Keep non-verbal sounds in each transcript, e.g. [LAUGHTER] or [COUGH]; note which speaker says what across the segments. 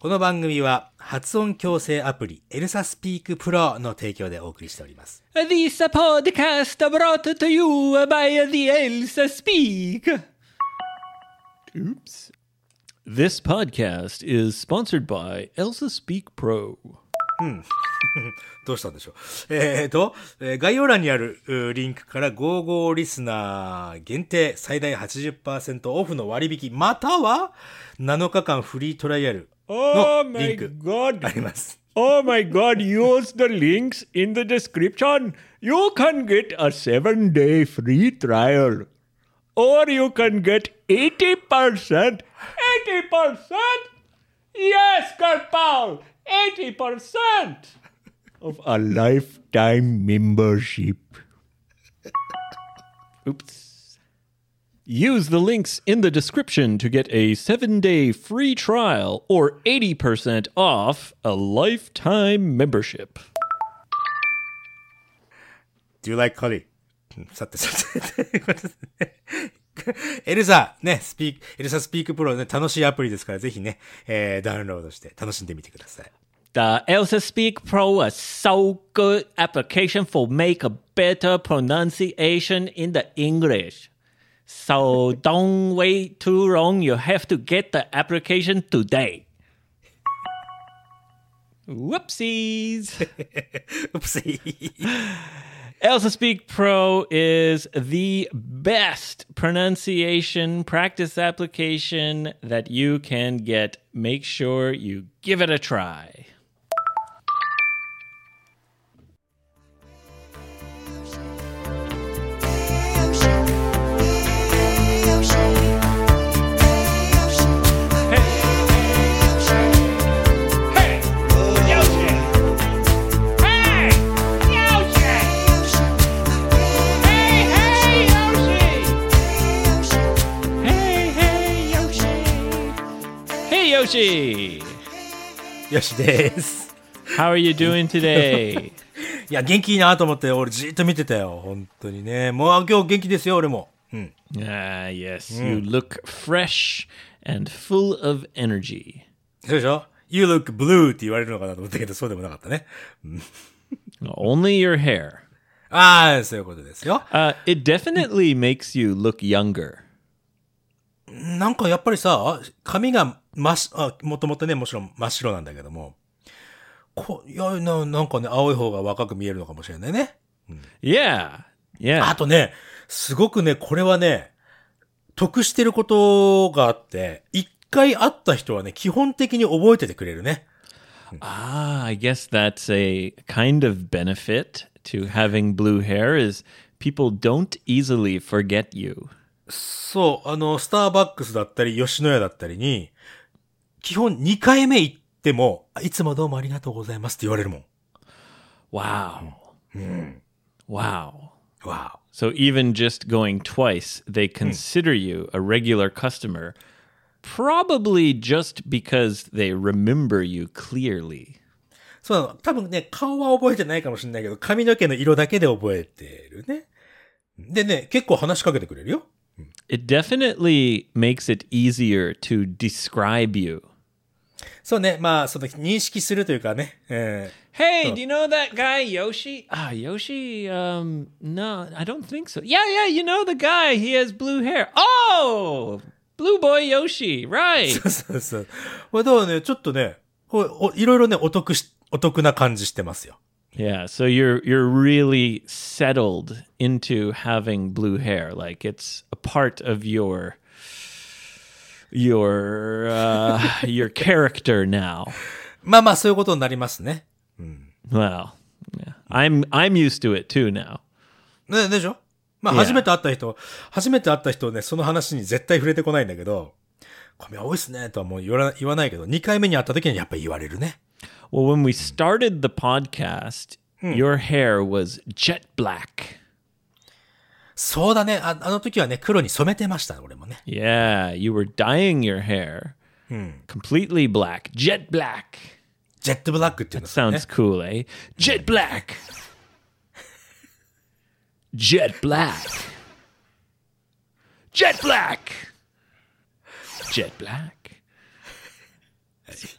Speaker 1: この番組は発音矯正アプリエルサスピークプロの提供でお送りしております。
Speaker 2: This podcast brought to you by the Elsa Speak. Oops. This podcast is sponsored by Elsa Speak Pro.
Speaker 1: どうしたんでしょう。 [LAUGHS] えーと、えー概要欄にあるうーリンクから55リスナー限定最大80%オフの割引または7日間フリートライアルのリンク
Speaker 2: Oh god.
Speaker 1: あります。
Speaker 2: Oh my god, use the links in the description. You can get a 7 day free trial. Or you can get 80%. 80%? Yes, Karpal! 80% of a lifetime membership. Oops. Use the links in the description to get a seven day free trial or 80% off a lifetime membership.
Speaker 1: Do you like curry? うんさてさて、ということで [LAUGHS] ね。エルサ、ね、スピーク、エルサスピークプロね、楽しいアプリですから、ぜひね、えーダウンロードして楽しんでみてください。 [LAUGHS]
Speaker 2: The Elsa Speak Pro is so good application for make a better pronunciation in the English. So don't wait too long. You have to get the application today. Whoopsies.
Speaker 1: うっせー [LAUGHS]
Speaker 2: Elsa Speak Pro is the best pronunciation practice application that you can get. Make sure you give it a try. Hey, hey, Yoshi! Hey, Yoshi!
Speaker 1: よしです。
Speaker 2: How are you doing [LAUGHS] today?
Speaker 1: いや、元気いいなと思って、俺じーっと見てたよ。本当にね。もう今日元気ですよ、俺も。うん。
Speaker 2: ah, yes, you look fresh and full of energy.
Speaker 1: そうでしょ ?You look blue って言われるのかなと思ったけど、そうでもなかったね。
Speaker 2: Only your hair.
Speaker 1: ああ、そういうことですよ。
Speaker 2: Uh, it definitely makes you look younger.
Speaker 1: なんかやっぱりさ、髪が真っあ、もともとね、もちろん真っ白なんだけども。こいやな、なんかね、青い方が若く見えるのかもしれないね。
Speaker 2: Yeah.
Speaker 1: あ
Speaker 2: Yeah.
Speaker 1: とね、すごくね、これはね、得してることがあって、一回会った人はね、基本的に覚えててくれるね。
Speaker 2: Ah, I guess that's a kind of benefit to having blue hair is people don't easily forget you.
Speaker 1: そう、あの、スターバックスだったり、吉野家だったりに、基本2回目行っても、あいつもどうもありがとうございますって言われるもん。
Speaker 2: Wow. Wow.
Speaker 1: わあ。
Speaker 2: So even just going twice, they consider you a regular customer, probably just because they remember you clearly.
Speaker 1: そうなの。多分ね、顔は覚えてないかもしれないけど、髪の毛の色だけで覚えてるね。でね、結構話しかけてくれるよ。
Speaker 2: It definitely makes it easier to describe you.
Speaker 1: そうね、まあ、その認識するというかね。え
Speaker 2: Hey, do you know that guy Yoshi? Ah, Yoshi. Um, no, I don't think so. Yeah, yeah, you know the guy. He has blue hair. Oh, blue boy Yoshi. Right.
Speaker 1: ー [LAUGHS] そうそう。まあ、だからね、ちょっとね、こうおいろいろね、お得し、お得な感じしてますよ。
Speaker 2: yeah. So you're you're really settled into having blue hair. Like it's a part of your your uh, [LAUGHS] your character now.
Speaker 1: まあまあ、そういうことになりますね。
Speaker 2: Well, yeah. I'm I'm used to it too now.
Speaker 1: ね、でしょまあ、
Speaker 2: いや
Speaker 1: 初めて会った人、初めて会った人ね、その話に絶対触れてこないんだけど、髪青いっすね、とはもう言わな言わないけど、2回目に会った時にやっぱり言われるね。
Speaker 2: Well, when we started the podcast, your hair was jet black.
Speaker 1: そうだねあ。あの時はね、黒に染めてました、俺もね。
Speaker 2: Yeah, you were dyeing your hair completely black, jet black.
Speaker 1: ジェットブラックっていうのさ、ね
Speaker 2: Sounds。cool, eh? Jet black. Jet black. Jet black. Jet black.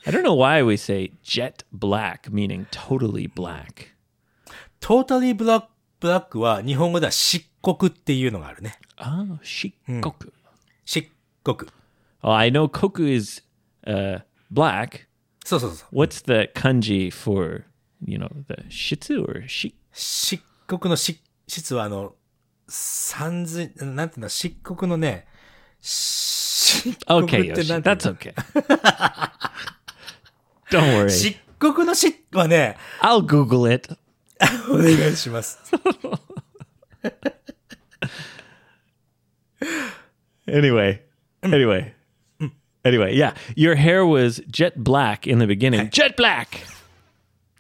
Speaker 2: I don't know why we say jet black, meaning totally black.
Speaker 1: totally black, black は日本語では漆黒っていうのがあるね。
Speaker 2: Ah, shikoku.
Speaker 1: 漆黒。
Speaker 2: Oh, I know koku is uh, black.
Speaker 1: そうそうそう。
Speaker 2: What's the kanji for, you know, the shitsu or shik?
Speaker 1: 漆黒の漆、質はあの、三髄、なんていうんだ、漆黒のね、 [LAUGHS] 漆黒ってな
Speaker 2: Okay,
Speaker 1: んてい
Speaker 2: Yoshi,
Speaker 1: うの
Speaker 2: that's okay. [LAUGHS] don't worry.
Speaker 1: 漆黒の漆はね、
Speaker 2: I'll Google it.
Speaker 1: お願いします。
Speaker 2: Anyway, anyway, anyway, yeah. Your hair was jet black in the beginning. Jet black!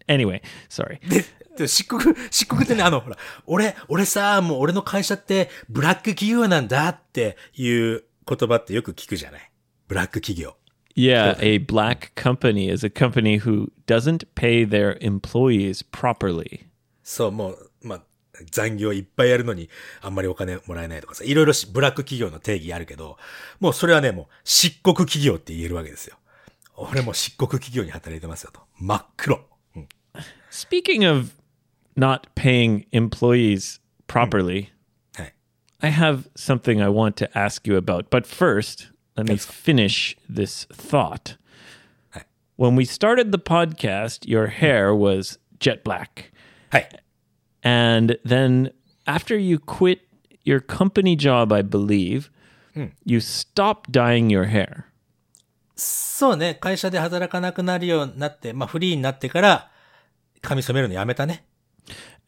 Speaker 2: Anyway, sorry.
Speaker 1: [LAUGHS] で漆黒、漆黒ってね、あの、ほら、俺、俺さ、もう俺の会社って、ブラック企業なんだっていう言葉ってよく聞くじゃない。ブラック企業。
Speaker 2: Yeah, a black company is a company who doesn't pay their employees properly.
Speaker 1: そう、もう、まあ、残業いっぱいやるのに、あんまりお金もらえないとかさ、いろいろしブラック企業の定義あるけど、もうそれはね、もう、漆黒企業って言えるわけですよ。俺も漆黒企業に働いてますよと。真っ黒。うん、
Speaker 2: Speaking of not paying employees properly,
Speaker 1: はい。
Speaker 2: I have something I want to ask you about, but first, let me finish this thought.
Speaker 1: Hi.
Speaker 2: When we started the podcast, your hair was jet black.
Speaker 1: はい。
Speaker 2: And then after you quit your company job, I believe, you stopped dyeing your hair.
Speaker 1: そうね、会社で働かなくなるようになって、まあ、フリーになってから、髪染めるのやめたね。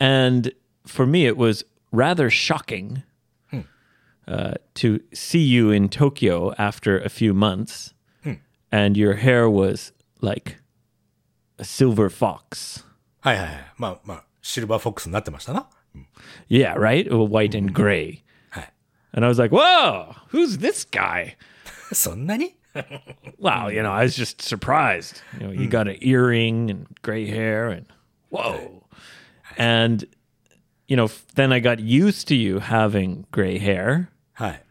Speaker 2: And for me, it was rather shocking uh, to see you in Tokyo after a few months, and your hair was like a silver fox.
Speaker 1: はいはいはい。まあまあ、シルバーフォックスになってましたな。
Speaker 2: Yeah, right? It was White and gray.
Speaker 1: はい。
Speaker 2: And I was like, whoa, who's this guy?
Speaker 1: [LAUGHS] そんなに
Speaker 2: Wow, you know, I was just surprised. You know, you got an earring and gray hair, and whoa. And, you know, f- then I got used to you having gray hair.
Speaker 1: はい。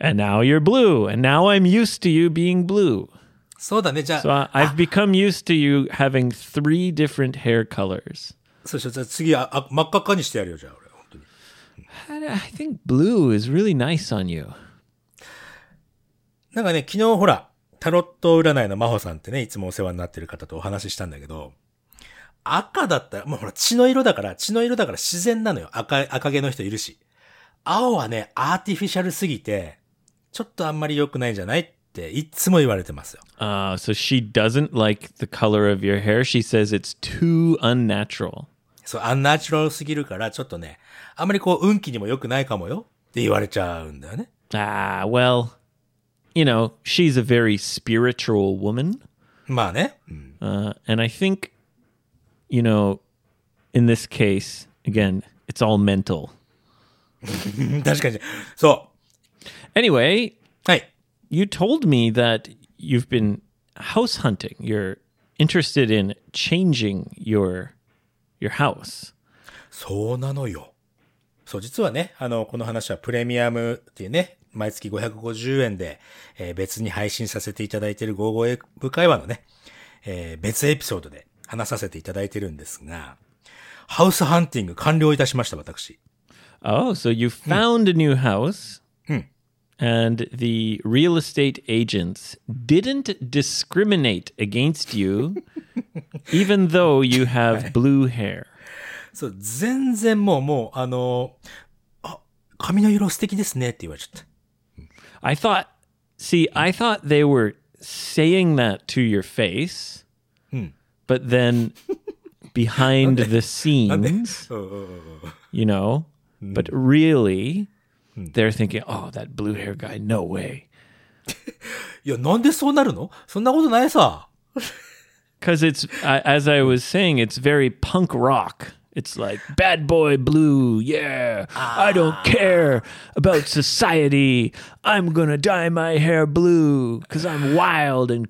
Speaker 2: and now you're blue, and now I'm used to you being blue.
Speaker 1: そうだね、じゃあ、
Speaker 2: So I, I've become used to you having three different hair colors.
Speaker 1: そうしよう。じゃあ次は、あ、真っ赤っかにしてやるよ、じゃあ俺。本当に。
Speaker 2: And I think blue is really nice on you.
Speaker 1: なんかね、昨日ほら、タロット占いの真帆さんってね、いつもお世話になってる方とお話ししたんだけど、赤だったら、もうほら、血の色だから、血の色だから自然なのよ。赤、赤毛の人いるし。青はね、アーティフィシャルすぎて、ちょっとあんまり良くないんじゃないって、いつも言われてますよ。
Speaker 2: Uh, so she doesn't like the color of your hair. She says it's too unnatural.
Speaker 1: そう、アンナチュラルすぎるから、ちょっとね、あんまりこう、運気にも良くないかもよって言われちゃうんだよね。
Speaker 2: Ah, well, you know, she's a very spiritual woman.
Speaker 1: まあね。うん
Speaker 2: Uh, and I think, you know, in this case, again, it's all mental.
Speaker 1: 確かに。そ
Speaker 2: Anyway,
Speaker 1: う。はい。
Speaker 2: you told me that you've been house hunting. You're interested in changing your your house.
Speaker 1: そうなのよ。そう、実はね、あの、この話はプレミアムっていうね、毎月550円で、えー別に配信させていただいている55英部会話のね、えー別エピソードで話させていただいてるんですが、ハウスハンティング完了いたしました、私。
Speaker 2: Oh, so you found a new house. And the real estate agents didn't discriminate against you even though you have blue hair.
Speaker 1: そう、全然もう、もう、あのあ、髪の色素敵ですねって言われちゃった。
Speaker 2: I thought see, I thought they were saying that to your face. But then behind the scenes
Speaker 1: うんうんうん
Speaker 2: you know? But really, they're thinking, oh, that blue hair guy, no way.
Speaker 1: いや、なんでそうなるのそんなことないさ。
Speaker 2: Because it's, I as I was saying, it's very punk rock. It's like, bad boy blue, yeah. I don't care about society. I'm going to dye my hair blue because I'm wild and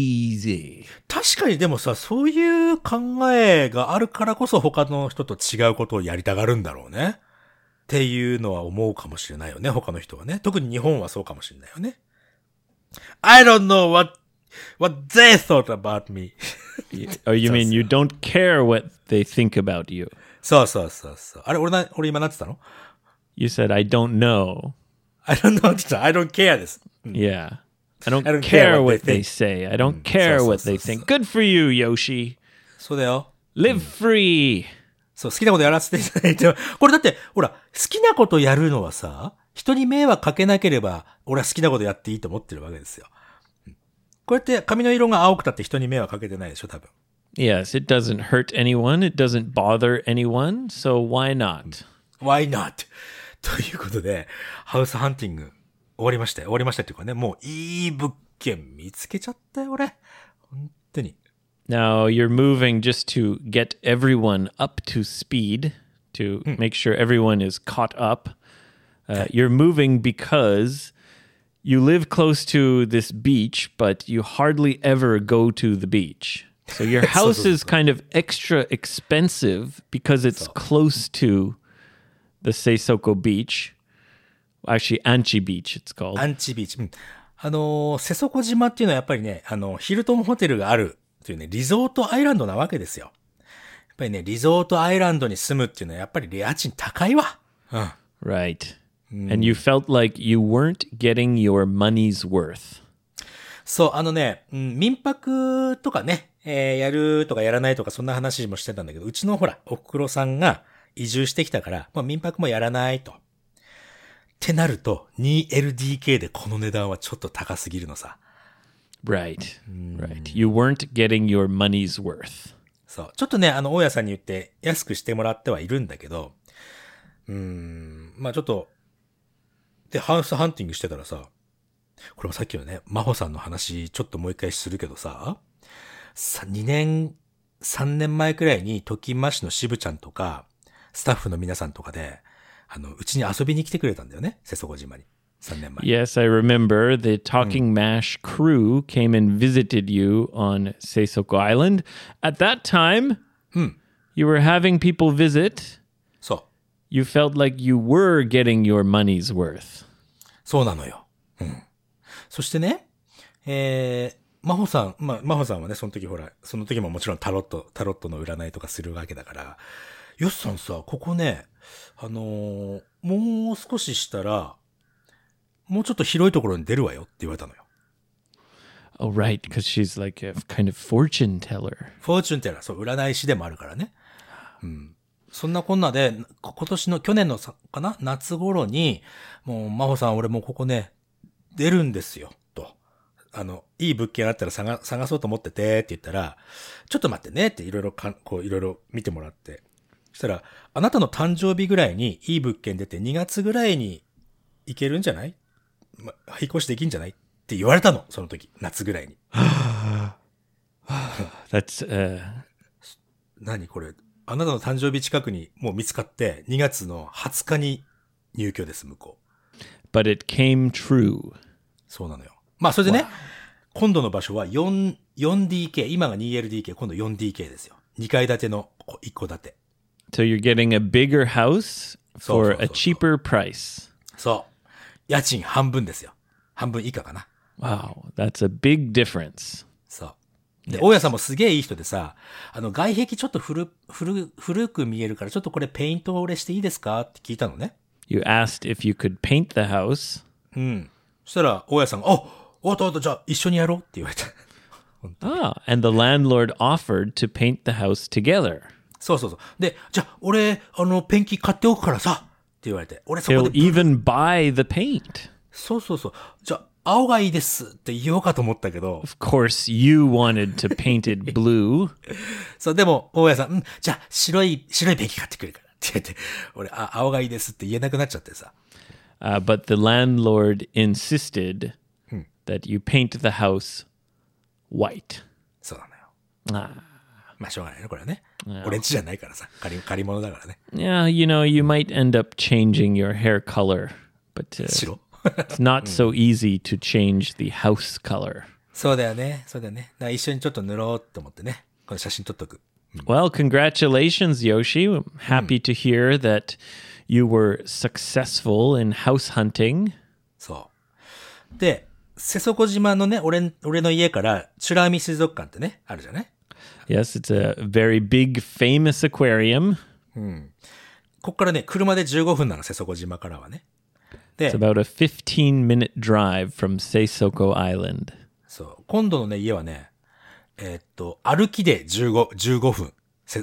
Speaker 2: crazy.
Speaker 1: 確かにでもさ、そういう考えがあるからこそ他の人と違うことをやりたがるんだろうね。っていうのは思うかもしれないよね、他の人はね。特に日本はそうかもしれないよね。I don't know what what they thought about me.
Speaker 2: お Oh, you mean you don't care what they think about you?
Speaker 1: そうそうそうそう。あれ、俺な、俺今なってたの
Speaker 2: You said, I don't know.
Speaker 1: ?I don't know って言ったら I don't care です。
Speaker 2: Yeah. Mm. I don't,
Speaker 1: I don't
Speaker 2: care,
Speaker 1: care what
Speaker 2: what,
Speaker 1: they
Speaker 2: they, Mm.
Speaker 1: think.
Speaker 2: say. I don't care
Speaker 1: so,
Speaker 2: what
Speaker 1: so,
Speaker 2: they
Speaker 1: so,
Speaker 2: think.
Speaker 1: so.
Speaker 2: Good for you, Yoshi.
Speaker 1: そうだよ。
Speaker 2: Live free.
Speaker 1: そう、好きなことやらせていただいて、 [LAUGHS] これだって、ほら、好きなことやるのはさ、人に迷惑かけなければ、俺は好きなことやっていいと思ってるわけですよ。こうやって髪の色が青くたって人に迷惑かけてないでしょ、多分。
Speaker 2: Yes, it doesn't hurt anyone. It doesn't bother anyone. So why not?
Speaker 1: Why not? [LAUGHS] ということで、ハウスハンティング終わりましたよ。終わりましたっていうかね、もういい物件見つけちゃったよ、俺。本当に。
Speaker 2: Now you're moving just to get everyone up to speed to make sure everyone is caught up. Uh, you're moving because you live close to this beach, but you hardly ever go to the beach. So your house is kind of extra expensive because it's close to the Seisoko Beach. Actually, Anchi Beach, it's called.
Speaker 1: アンチビーチ。うん。あのー瀬底島っていうのはやっぱりね、あの、ヒルトンホテルがあるというね、リゾートアイランドなわけですよ。やっぱりね、リゾートアイランドに住むっていうのはやっぱり家賃高いわ。うん。
Speaker 2: right. And you felt like you weren't getting your money's worth.
Speaker 1: そう、あのね、うん、民泊とかね、えーやるとかやらないとかそんな話もしてたんだけど、うちのほら、お袋さんが移住してきたから、まあ民泊もやらないと。ってなると、2LDK でこの値段はちょっと高すぎるのさ。
Speaker 2: Right. Right. You weren't getting your money's worth.
Speaker 1: そう。ちょっとね、あの、大家さんに言って安くしてもらってはいるんだけど、うーん、まあちょっと、で、ハウスハンティングしてたらさ、これもさっきのね、真帆さんの話、ちょっともう一回するけどさ、さ2年、3年前くらいに、トキンマッシュの渋ちゃんとか、スタッフの皆さんとかで、あの、うちに遊びに来てくれたんだよね、瀬底島に。3年前。
Speaker 2: Yes, I remember the Talking Mash crew came and visited you on Seisoko Island. At that time, Hmm. you were having people visit.
Speaker 1: そう。
Speaker 2: You felt like you were getting your money's worth.
Speaker 1: そうなのよ。うん。そしてね、えー、真帆さん、まあ、真帆さんはね、その時ほら、その時ももちろんタロット、タロットの占いとかするわけだから、よっさんさ、ここね、あのーもう少ししたら、もうちょっと広いところに出るわよって言われたのよ。
Speaker 2: Oh, right, because she's like a kind of fortune teller.
Speaker 1: フォーチュンってのはそう、占い師でもあるからね。うん。そんなこんなで、こ今年の、去年のさ、かな夏頃に、もう、真帆さん、俺もうここね、出るんですよ、と。あの、いい物件あったら探、探そうと思ってて、って言ったら、ちょっと待ってね、っていろいろかん、こう、いろいろ見てもらって。そしたら、あなたの誕生日ぐらいにいい物件出て、2月ぐらいに行けるんじゃないま、引っ越しできんじゃないって言われたの、その時。夏ぐらいに。
Speaker 2: That's uh,
Speaker 1: 何これあなたの誕生日近くにもう見つかって、2月の20日に入居です、向こう。
Speaker 2: but it came true.
Speaker 1: そうなのよ。まあ、それでね、今度の場所は4、4DK、今が 2LDK、今度 4DK ですよ。2階建てのこ1戸建て。
Speaker 2: So you're getting a bigger house
Speaker 1: So,
Speaker 2: for
Speaker 1: so, so,
Speaker 2: a
Speaker 1: so.
Speaker 2: cheaper price.
Speaker 1: そう。家賃半分ですよ。半分以下かな。
Speaker 2: Wow, that's a big difference.
Speaker 1: そう。で、大家さんもすげえいい人でさ、あの、外壁ちょっと古、古、古く見えるから、ちょっとこれペイントを俺していいですかって聞いたのね。
Speaker 2: You asked if you could paint the house.
Speaker 1: そしたら、大家さんが、あおっとおっと、じゃあ一緒にやろうって言われた。
Speaker 2: Ah, and the landlord offered to paint the house together.
Speaker 1: そうそうそう。で、じゃあ、俺、あの、ペンキ買っておくからさ、って言われて。俺そこ
Speaker 2: He'll
Speaker 1: で、
Speaker 2: even buy the paint.
Speaker 1: そうそうそう。じゃあ、青がいいですって言おうかと思ったけど。
Speaker 2: Of course, you wanted to paint [LAUGHS] it blue.
Speaker 1: そう、でも、大家さん、うん、じゃあ、白い、白いペンキ買ってくるから。って言って、俺、あ、青がいいですって言えなくなっちゃってさ。
Speaker 2: Uh, but the landlord insisted that you paint the house white.
Speaker 1: そうなのよ。
Speaker 2: Ah.
Speaker 1: まあ、しょうがないね、これはね。俺んちじゃないからさ。借り、借り物だからね。
Speaker 2: Yeah, you know, you might end up changing your hair color, but uh,
Speaker 1: [LAUGHS] 白
Speaker 2: it's not so easy to change the house color.
Speaker 1: そうだよね。そうだよね。だから一緒にちょっと塗ろうと思ってね。この写真撮っとく。
Speaker 2: Well, congratulations, Yoshi. I'm happy to hear that you were successful in house hunting.
Speaker 1: そう。で、瀬底島のね、俺ん、俺の家から、チュラミ水族館ってね、あるじゃない
Speaker 2: Yes, it's a very big, famous aquarium.
Speaker 1: こっからね、車で15分なの、瀬底島からはね。で
Speaker 2: It's、about a 15 minute drive from Seisoko Island.
Speaker 1: そう、今度のね、家はね、えーっと、歩きで15、15分。せ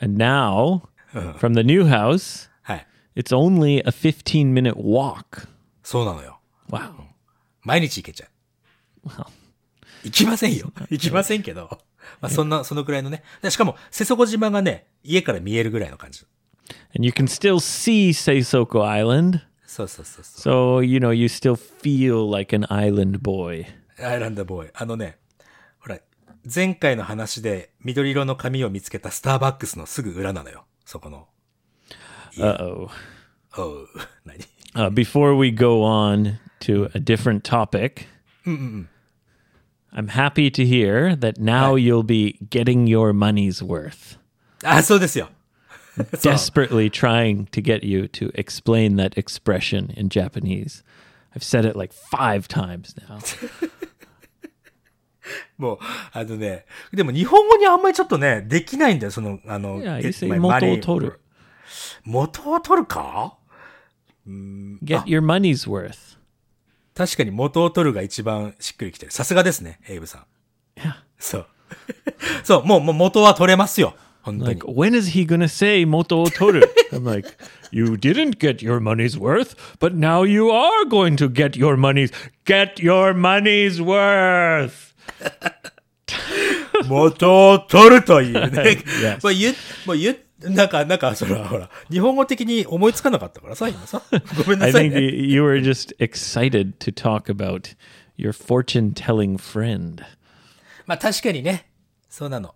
Speaker 2: And now, from the new house,
Speaker 1: はい。
Speaker 2: it's only a 15 minute walk.
Speaker 1: そうなのよ。
Speaker 2: Wow.
Speaker 1: 毎日行けちゃう。行きませんよ。行きませんけど。まあ、そんな、そのくらいのね。でしかも、瀬底島がね、家から見えるぐらいの感じ。
Speaker 2: And you can still see Seisoko Island.
Speaker 1: そうそうそうそ
Speaker 2: So, you know, you still feel like an island boy.
Speaker 1: う。アイランドボーイ。あのね、ほら、前回の話で緑色の紙を見つけたスターバックスのすぐ裏なのよ。そこの。
Speaker 2: Uh oh.
Speaker 1: おう、 [LAUGHS] 何
Speaker 2: Uh, before we go on to a different topic, I'm happy to hear that now you'll be getting your money's worth.
Speaker 1: あ、そうですよ。そう
Speaker 2: Desperately trying to get you to explain that expression in Japanese. I've said it like five times
Speaker 1: [LAUGHS]
Speaker 2: now.
Speaker 1: もう、あのね、でも日本語にあんまりちょっとね、できないんだよ、その、あの、
Speaker 2: Yeah, you
Speaker 1: get
Speaker 2: say
Speaker 1: my money- Oh.
Speaker 2: 元を取る.
Speaker 1: 元を取るか
Speaker 2: Get your money's worth.
Speaker 1: 確かに元を取るが一番しっくりきてる。さすがですね、エイブさん。そう。 [LAUGHS] そう、もう、もう元は取れますよ。本当に
Speaker 2: Like,。when is he going to say moto toru? [LAUGHS] I'm like, you didn't get your money's worth, but now you are going to get your money's get your money's worth.
Speaker 1: 元を取るというね
Speaker 2: Yes.。
Speaker 1: もう言っ、もう言っ、なんか、なんか、それはほら、日本語的に思いつかなかったからさ、今
Speaker 2: [LAUGHS]
Speaker 1: さ。 [LAUGHS] ごめんな
Speaker 2: I
Speaker 1: さい、
Speaker 2: think you,
Speaker 1: ね。
Speaker 2: you were just excited to talk about your fortune telling friend.
Speaker 1: まあ確かにね、そうなの。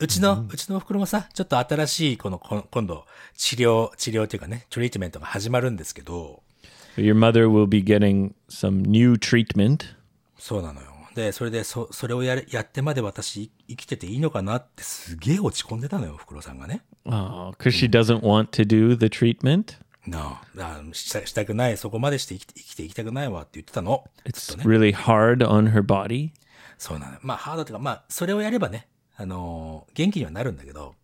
Speaker 1: うちの、うちのお袋もさ、ちょっと新しい、この、この今度、治療、治療というかね、トリートメントが始まるんですけど、
Speaker 2: Your mother will be getting some new treatment.
Speaker 1: そうなのよ。で、それで、そ、それをやれやってまで私生きてていいのかなってすげえ落ち込んでたのよ、ふくろさんがね。
Speaker 2: Oh, because she doesn't want to do the treatment.
Speaker 1: なあ、あしたしたくない、そこまでして生きて生きていきたくないわって言ってたの。
Speaker 2: It's really hard on her body.
Speaker 1: そうなの。まあ、ハードというか、まあ、それをやればね、あのー元気にはなるんだけど。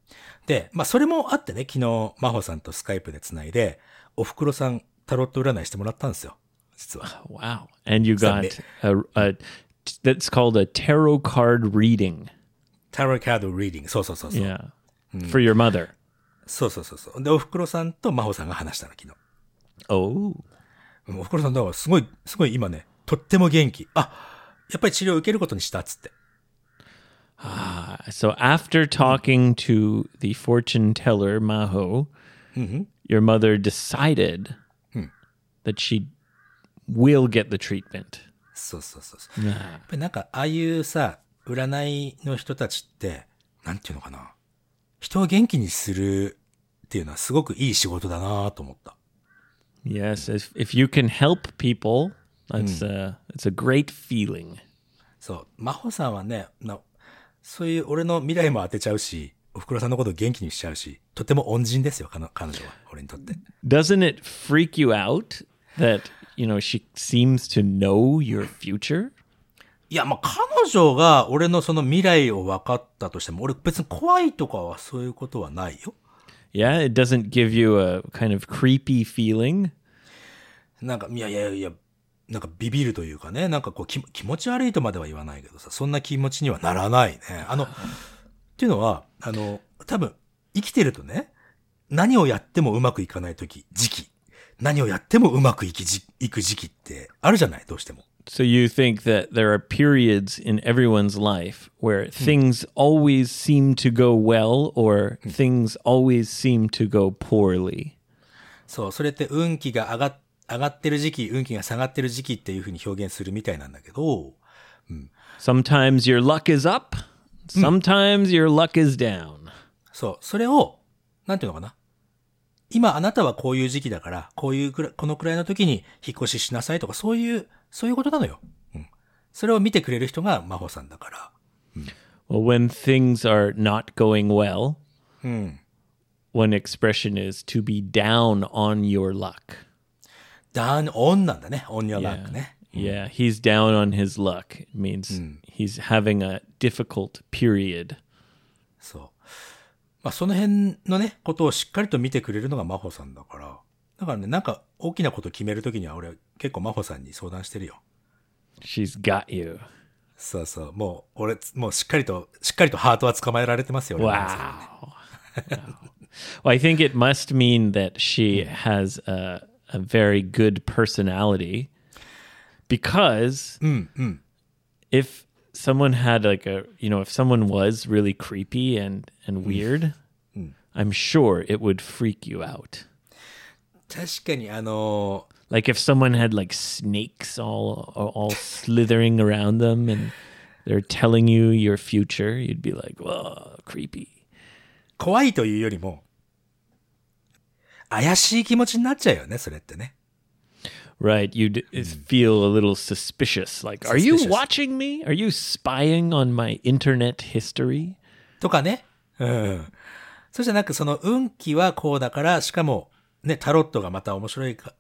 Speaker 1: で、まあ、それもあってね、昨日、真帆さんとスカイプで繋いで、おふくろさん、タロット占いしてもらったんですよ。実は。
Speaker 2: Wow. And you
Speaker 1: that
Speaker 2: got a, a that's called a tarot card reading.
Speaker 1: タロットカードリーディング。そうそうそうそう。
Speaker 2: Yeah. For your mother.
Speaker 1: そうそうそうそう。で、おふくろさんと真帆さんが話したの、昨日。
Speaker 2: Oh.
Speaker 1: うんおふくろさん、だからすごい、すごい今ね、とっても元気。あ、やっぱり治療を受けることにしたっつって。
Speaker 2: So after talking to the fortune teller Maho, your mother decided Hmm. that she will get the treatment.
Speaker 1: そうそうそうそう。やっぱりなんか、ああいうさ、占いの人たちって、なんていうのかな。人を元気にするっていうのはすごくいい仕事だなと思った。
Speaker 2: Yes, if if you can help people, that's uh it's a great feeling.
Speaker 1: そう。真帆さんはね、なそういう俺の未来も当てちゃうし、おふくろさんのことを元気にしちゃうし、とても恩人ですよ、彼女彼女は。俺にとって。
Speaker 2: Doesn't it freak you out that, you know, she seems to know your future?
Speaker 1: いや、まあ、彼女が俺のその未来を分かったとしても、俺別に怖いとかはそういうことはないよ。
Speaker 2: Yeah, it doesn't give you a kind of creepy feeling.
Speaker 1: なんか、いやいやいや、なんかビビるというかね、なんかこう気気持ち悪いとまでは言わないけどさ、そんな気持ちにはならないね。あの、っていうのは、あの、多分、生きてるとね、何をやってもうまくいかない時時期。何をやってもうまくいきじ、いく時期ってあるじゃないどうしても。
Speaker 2: So you think that there are periods in everyone's life where things always seem to go well or things always seem to go poorly.
Speaker 1: そう、それって運気が上がっ、上がってる時期、運気が下がってる時期っていう風に表現するみたいなんだけど、
Speaker 2: Sometimes your luck is up, sometimes your luck is down.
Speaker 1: そう、それを、なんていうのかな。今あなたはこういう時期だから、こういうくらい、このくらいの時に引っ越ししなさいとか、そういう、そういうことなのよ。うん。それを見てくれる人が真帆さんだから。
Speaker 2: Well, when things are not going well, one expression is to be down on your luck.
Speaker 1: ダーン、オンなんだね。オンニャラックね。
Speaker 2: Yeah, he's down on his luck. It means he's having a difficult period.
Speaker 1: そう。まあ、その辺のね、ことをしっかりと見てくれるのが真帆さんだから。だからね、なんか大きなこと決めるときには俺結構真帆さんに相談してるよ。
Speaker 2: She's got you.
Speaker 1: そうそう。もう、俺、もうしっかりと、しっかりとハートは捕まえられてますよ。俺は
Speaker 2: Wow. [LAUGHS] well, I think it must mean that she has a, a very good personality because if someone had like a, you know, if someone was really creepy and, and weird, I'm sure it would freak you out.
Speaker 1: 確かにあの
Speaker 2: Like if someone had like snakes all all slithering around them and they're telling you your future, you'd be like, "Whoa, creepy."
Speaker 1: 怖いというよりも、怪しい気持ちになっちゃうよね、それってね。
Speaker 2: Right? You'd feel a little suspicious. Like, are you
Speaker 1: Suspicious.
Speaker 2: watching me? Are you spying on my internet history?
Speaker 1: とかね。うん。そうじゃなく、その運気はこうだから、しかも、ね、タロットがまた面白いか、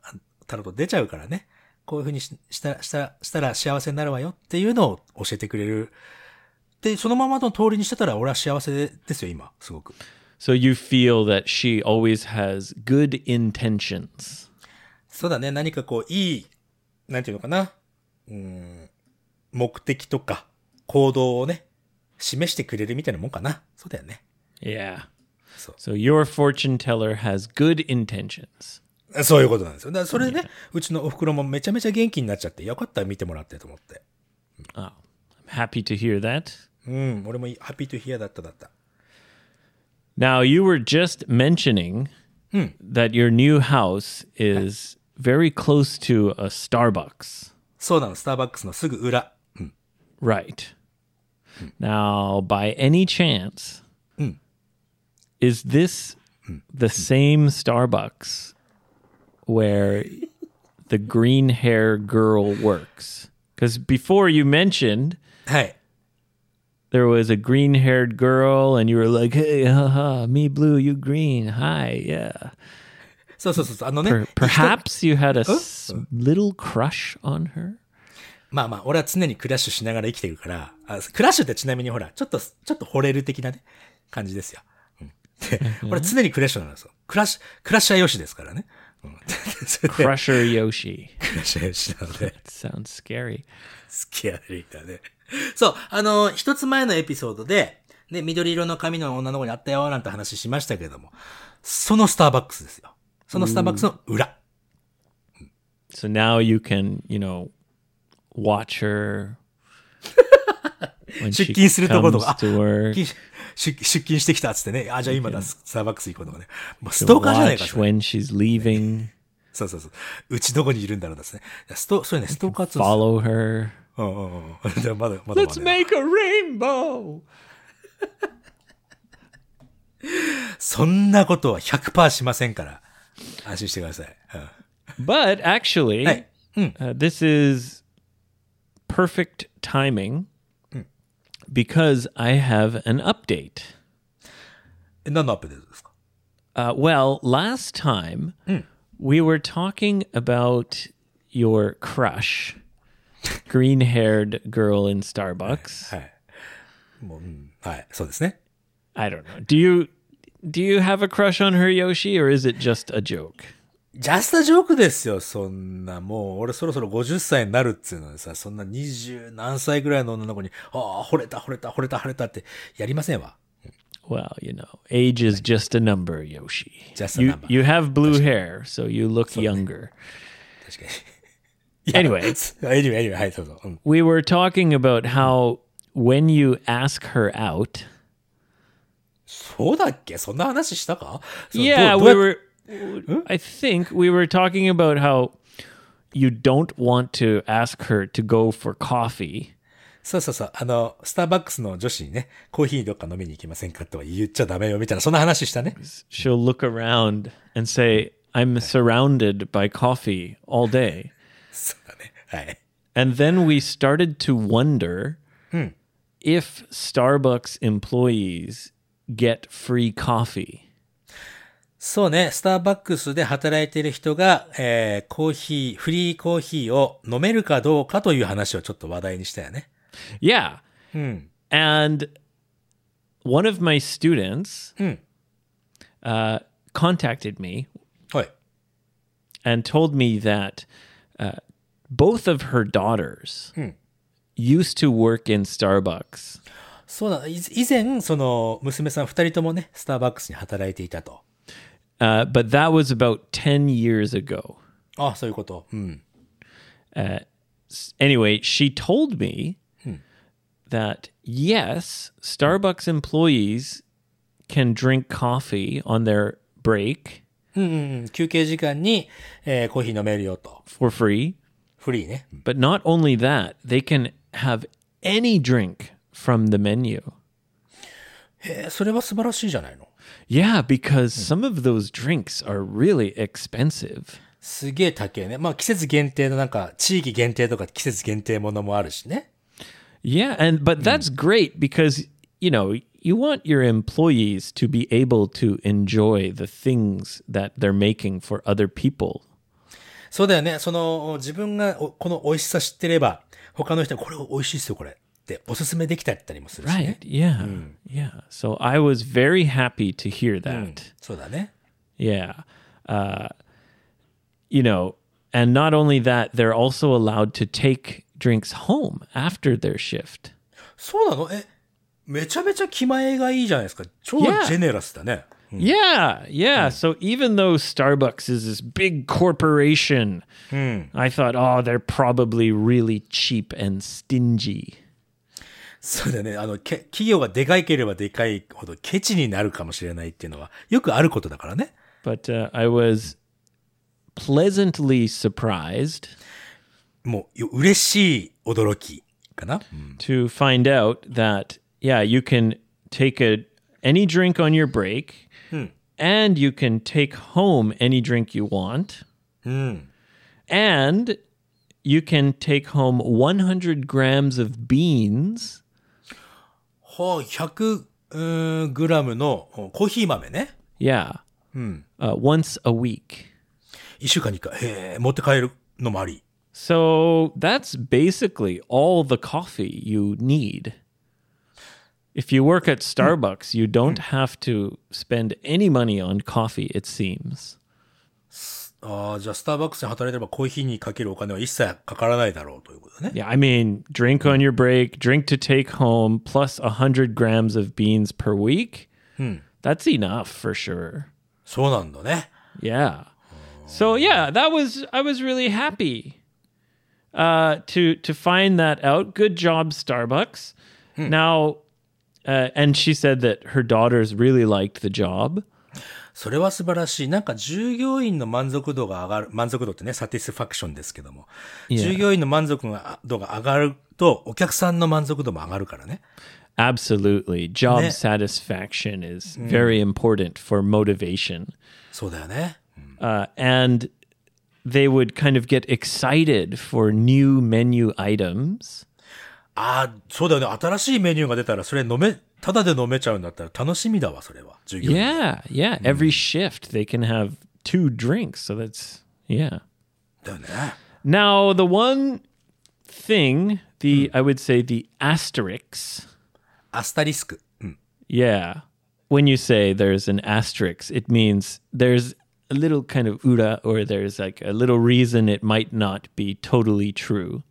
Speaker 1: タロット出ちゃうからね。こういうふうにしした、した、したら幸せになるわよっていうのを教えてくれる。で、そのままの通りにしてたら俺は幸せですよ、今、すごく。
Speaker 2: So you feel that she always has good intentions.
Speaker 1: そうだね、何かこう、いい、なんていうのかな。うん、目的とか、行動をね、示してくれるみたいなもんかな。そうだよね。
Speaker 2: Yeah. So,
Speaker 1: So-
Speaker 2: your fortune teller has good intentions.
Speaker 1: そういうことなんですよ。だからそれでね、うちのお袋もめちゃめちゃ元気になっちゃって、よかった見てもらってと思って。
Speaker 2: I'm happy to hear that.
Speaker 1: うん、俺もハッピートゥヒアだっただった。
Speaker 2: Now, you were just mentioning that your new house is very close to a Starbucks.
Speaker 1: そうなの、スターバックスのすぐ裏。
Speaker 2: Right. Now, by any chance, is this the same Starbucks where the green hair girl works? Because before you mentioned
Speaker 1: はい。
Speaker 2: there was a green haired girl, and you were like, hey, haha, me blue, you green. Hi, yeah.
Speaker 1: そうそうそうそう、あのね。 [LAUGHS] 人
Speaker 2: Per- perhaps you had a s-
Speaker 1: Oh.
Speaker 2: little crush on
Speaker 1: [LAUGHS]
Speaker 2: her.
Speaker 1: まあまあ、俺は常にクラッシュしながら生きてるから、あクラッシュってちなみにほら、ちょっと、ちょっと惚れる的なね、感じですよ。うん、で、俺は常にクラッシュなんですよ。クラッシュ、クラッシャーよし [LAUGHS] ですからね。うん、それで、クラッ
Speaker 2: Crusher Yoshi.
Speaker 1: シャーよしなので。 [LAUGHS]
Speaker 2: Sounds scary.
Speaker 1: 好きやね、だね。そう、あの、一つ前のエピソードで、ね、緑色の髪の女の子に会ったよ、なんて話しましたけども、そのスターバックスですよ。そのスターバックスの裏。
Speaker 2: So now you can, you know, watch
Speaker 1: [LAUGHS]
Speaker 2: her when
Speaker 1: 出
Speaker 2: she
Speaker 1: 勤するところとか。
Speaker 2: comes
Speaker 1: [LAUGHS]
Speaker 2: to work.
Speaker 1: 出出勤してきたっつってね、あ、じゃあ今だ、ススターバックス行こうとかね。もうス
Speaker 2: to
Speaker 1: トーカーじゃないか
Speaker 2: watch
Speaker 1: それ
Speaker 2: when she's
Speaker 1: [LAUGHS]
Speaker 2: leaving.
Speaker 1: そうそうそう。うちどこにいるんだろうですね。スト、そうね、ストーカーっつうんですよ
Speaker 2: Follow her.
Speaker 1: うんうんうんうん。でまだ、まだまだ。
Speaker 3: Let's make a rainbow.
Speaker 1: そんなことは100%しませんから、安心してください。うん、
Speaker 2: But actually,
Speaker 1: はい。
Speaker 2: uh, this is perfect timing
Speaker 1: Hmm.
Speaker 2: because I have an update.
Speaker 1: え何のアップデートですか
Speaker 2: Uh, well, last time
Speaker 1: Hmm.
Speaker 2: we were talking about your crush, green haired girl in Starbucks.
Speaker 1: もう、うん、はい、そうですね。
Speaker 2: I don't know. Do you do you have a crush on her Yoshi or is it just a joke?
Speaker 1: ジャスタジョークですよ、そんな。もう、俺そろそろ50歳になるっつうのにさ、そんな二十何歳ぐらいの女の子に、ああ、惚れた、惚れた、惚れた、惚れたって、やりませんわ。
Speaker 2: Well, you know, age is just a number, Yoshi.
Speaker 1: Just a
Speaker 2: you,
Speaker 1: number.
Speaker 2: You have blue hair, so you look
Speaker 1: [LAUGHS]
Speaker 2: younger.
Speaker 1: 確か
Speaker 2: Anyway,
Speaker 1: に。エニュー、エニュ [LAUGHS] ー、はい、そうそう。うん。
Speaker 2: we were talking about how when you ask her out,
Speaker 1: そうだっけそんな話したかそう
Speaker 2: yeah,
Speaker 1: どう
Speaker 2: we
Speaker 1: どうやっ
Speaker 2: were. I think we were talking about how you don't want to ask her to go for coffee.
Speaker 1: そうそうそう。あの、スターバックスの女子にね、コーヒーどっか飲みに行きませんかとは言っちゃダメよ、みたいな、そんな話したね。
Speaker 2: She'll look around and say, "I'm surrounded by coffee all day."
Speaker 1: そうだね。はい。
Speaker 2: And then we started to wonder if Starbucks employees get free coffee.
Speaker 1: そうね、スターバックスで働いている人が、えーコーヒー、フリーコーヒーを飲めるかどうかという話をちょっと話題にしたよね。
Speaker 2: Yeah.
Speaker 1: うん。
Speaker 2: And one of my students
Speaker 1: Hmm.
Speaker 2: uh, contacted me
Speaker 1: はい。
Speaker 2: and told me that uh, both of her daughters used to work in Starbucks.
Speaker 1: そうだ、い以前、その、娘さん二人ともね、スターバックスに働いていたと。
Speaker 2: Uh, but that was about 10 years ago. Uh,
Speaker 1: ああ、そういうこと。うん。
Speaker 2: S- Anyway, she told me that yes, Starbucks employees can drink coffee on their break
Speaker 1: うん休憩時間に、えーコーヒー飲めるよと。
Speaker 2: for free.
Speaker 1: フリーね。
Speaker 2: But not only that, they can have any drink from the menu.
Speaker 1: えーそれは素晴らしいじゃないの。
Speaker 2: Yeah, because some of those drinks are really expensive.
Speaker 1: すげえ高いね。まあ季節限定のなんか、地域限定とか季節限定ものもあるしね。
Speaker 2: Yeah, and but that's great because you know, you want your employees to be able to enjoy the things that they're making for other people.
Speaker 1: そうだよね。その、自分がおこの美味しさ知ってれば、他の人にこれ美味しいっすよ、これ。っておすすめできたりったりもするしね。
Speaker 2: Right. Yeah. Hmm. Yeah. So I was very happy to hear that.
Speaker 1: そうだね。
Speaker 2: Yeah. Uh, you know, and not only that, they're also allowed to take drinks home after their shift.
Speaker 1: そうなのえ、めちゃめちゃ気前がいいじゃないですか。超ジ
Speaker 2: Yeah.
Speaker 1: ェネラスだね。
Speaker 2: Yeah. Yeah. So even though Starbucks is this big corporation, I thought, oh, they're probably really cheap and stingy.
Speaker 1: そうだね。あの、け企業がでかいければでかいほどケチになるかもしれないっていうのは、よくあることだからね。
Speaker 2: But uh, I was pleasantly surprised
Speaker 1: もう、よ嬉しい驚きかな。
Speaker 2: to find out that yeah, you can take a any drink on your break, and you can take home any drink you want, and you can take home 100 grams of beans.
Speaker 1: はあ、100うーんグラムのおコーヒー豆ね。
Speaker 2: Yeah, uh, once a week.
Speaker 1: 一週間に一回、へえ、持って帰るのもあり。
Speaker 2: So that's basically all the coffee you need. If you work at Starbucks, you don't have to spend any money on coffee, it seems.
Speaker 1: ああ、じゃあスターバックスに働いてればコーヒーにかけるお金は一切かからないだろうということね。
Speaker 2: Yeah, I mean, drink on your break, drink to take home, plus 100 grams of beans per week. That's enough for sure.
Speaker 1: そうなんだね。
Speaker 2: Yeah. So yeah, that was I was really happy uh, to to find that out. Good job, Starbucks. Now, uh, and she said that her daughters really liked the job.
Speaker 1: それは素晴らしい。なんか従業員の満足度が上がる、満足度ってね、サティスファクションですけども。従業員の満足が度が上がると、お客さんの満足度も上がるからね。
Speaker 2: Absolutely, job
Speaker 1: Ne-
Speaker 2: satisfaction is very important for motivation.
Speaker 1: そうだよね。
Speaker 2: uh, and they would kind of get excited for new menu items.
Speaker 1: ああ、そうだよね。新しいメニューが出たら、それ飲め、ただで飲めちゃうんだったら楽しみだわ、それは。従業員。
Speaker 2: Yeah, yeah. Every shift they can have two drinks. So that's, yeah.
Speaker 1: だよね。
Speaker 2: Now, the one thing, the, I would say the asterisks,
Speaker 1: アスタリスク。うん。
Speaker 2: yeah. When you say there's an asterisk, it means there's a little kind of ura or there's like a little reason it might not be totally true.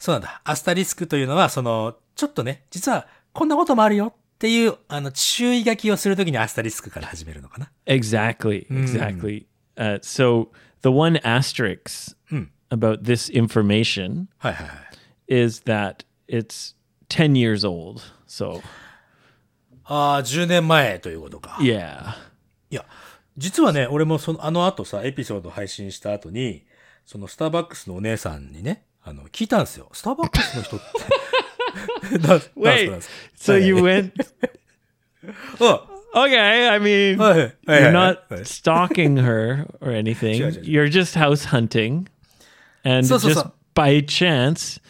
Speaker 1: そうなんだ。アスタリスクというのは、その、ちょっとね、実はこんなこともあるよっていう、あの、注意書きをするときにアスタリスクから始めるのかな。
Speaker 2: Exactly. Exactly. Uh, so the one asterisk about this information
Speaker 1: はいはいはい。
Speaker 2: is that it's 10 years old. So,
Speaker 1: ああ、10年前ということか。
Speaker 2: yeah.
Speaker 1: いや、実はね、俺もその、あの後さ、エピソード配信した後に、そのスターバックスのお姉さんにね、あの、聞いたんですよ。スターバックスの人 [LAUGHS] って。ダンスダンスダン
Speaker 2: Wait.
Speaker 1: ス
Speaker 2: So [LAUGHS] you went,
Speaker 1: あ
Speaker 2: okay. I mean,
Speaker 1: はいはいはい。
Speaker 2: you're not
Speaker 1: [LAUGHS] はい
Speaker 2: stalking her or
Speaker 1: Sure,
Speaker 2: anything.
Speaker 1: sure, sure.
Speaker 2: You're just house hunting. And
Speaker 1: So, so,
Speaker 2: just
Speaker 1: so.
Speaker 2: by chance,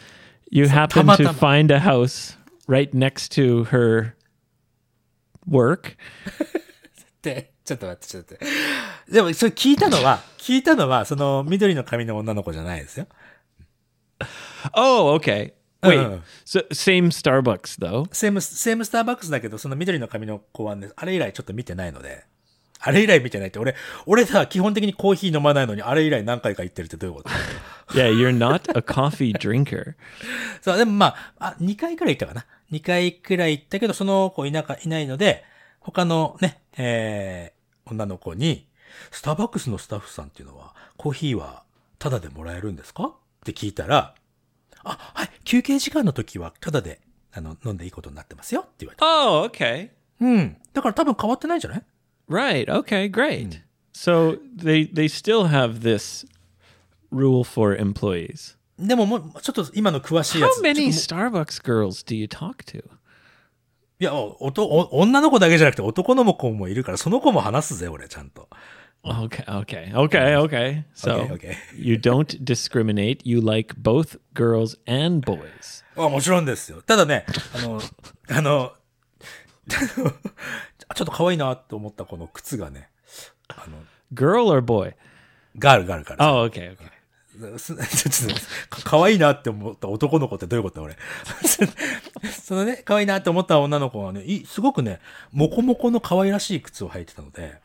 Speaker 2: you happen to
Speaker 1: tamatama.
Speaker 2: find a house right next to her
Speaker 1: っ
Speaker 2: work.
Speaker 1: て、 [LAUGHS] ちょっと待って、ちょっと待って。でも、それ聞いたのは、聞いたのは、その、緑の髪の女の子じゃないですよ。
Speaker 2: Oh, okay. Wait.
Speaker 1: Uh.
Speaker 2: so same Starbucks though.
Speaker 1: セーム、セームスターバックスだけど、その緑の髪の子はね、あれ以来ちょっと見てないので。あれ以来見てないって、俺、俺さ、基本的にコーヒー飲まないのに、あれ以来何回か行ってるってどういうこと
Speaker 2: Yeah, you're not a coffee [LAUGHS] drinker.
Speaker 1: そう、でもまあ、あ、2回くらい行ったかな。2回くらい行ったけど、その子いなか、いないので、他のね、えー、女の子に、スターバックスのスタッフさんっていうのは、コーヒーはタダでもらえるんですかって聞いたら、あ、はい、休憩時間の時はタダで、あの、飲んでいいことになってますよって言われた。
Speaker 2: Oh, okay.
Speaker 1: うん。だから多分変わってないんじゃない
Speaker 2: Right. Okay, great. Hmm. So they they still have this rule for employees.
Speaker 1: でももう、ちょっと今の詳しいや
Speaker 2: How
Speaker 1: つ。ちょっと
Speaker 2: many
Speaker 1: もう
Speaker 2: Starbucks girls do you talk to?
Speaker 1: いや、おおとお女の子だけじゃなくて男の子もいるから、その子も話すぜ、俺、ちゃんと。
Speaker 2: Okay, okay, okay, okay. So
Speaker 1: Okay, okay. [LAUGHS]
Speaker 2: you don't discriminate. You like both girls and boys.
Speaker 1: あ、もちろんですよ。ただね、あの、あの、 [LAUGHS] ちょっと可愛いなと思ったこの靴がね、あの、
Speaker 2: Girl or boy?
Speaker 1: ガールガールガー
Speaker 2: Oh, okay, okay.
Speaker 1: ル。す [LAUGHS] ちょっと、か可愛いなって思った男の子ってどういうこと俺。 [LAUGHS] そのね、可愛いなって思った女の子はね、いすごくね、モコモコの可愛らしい靴を履いてたので、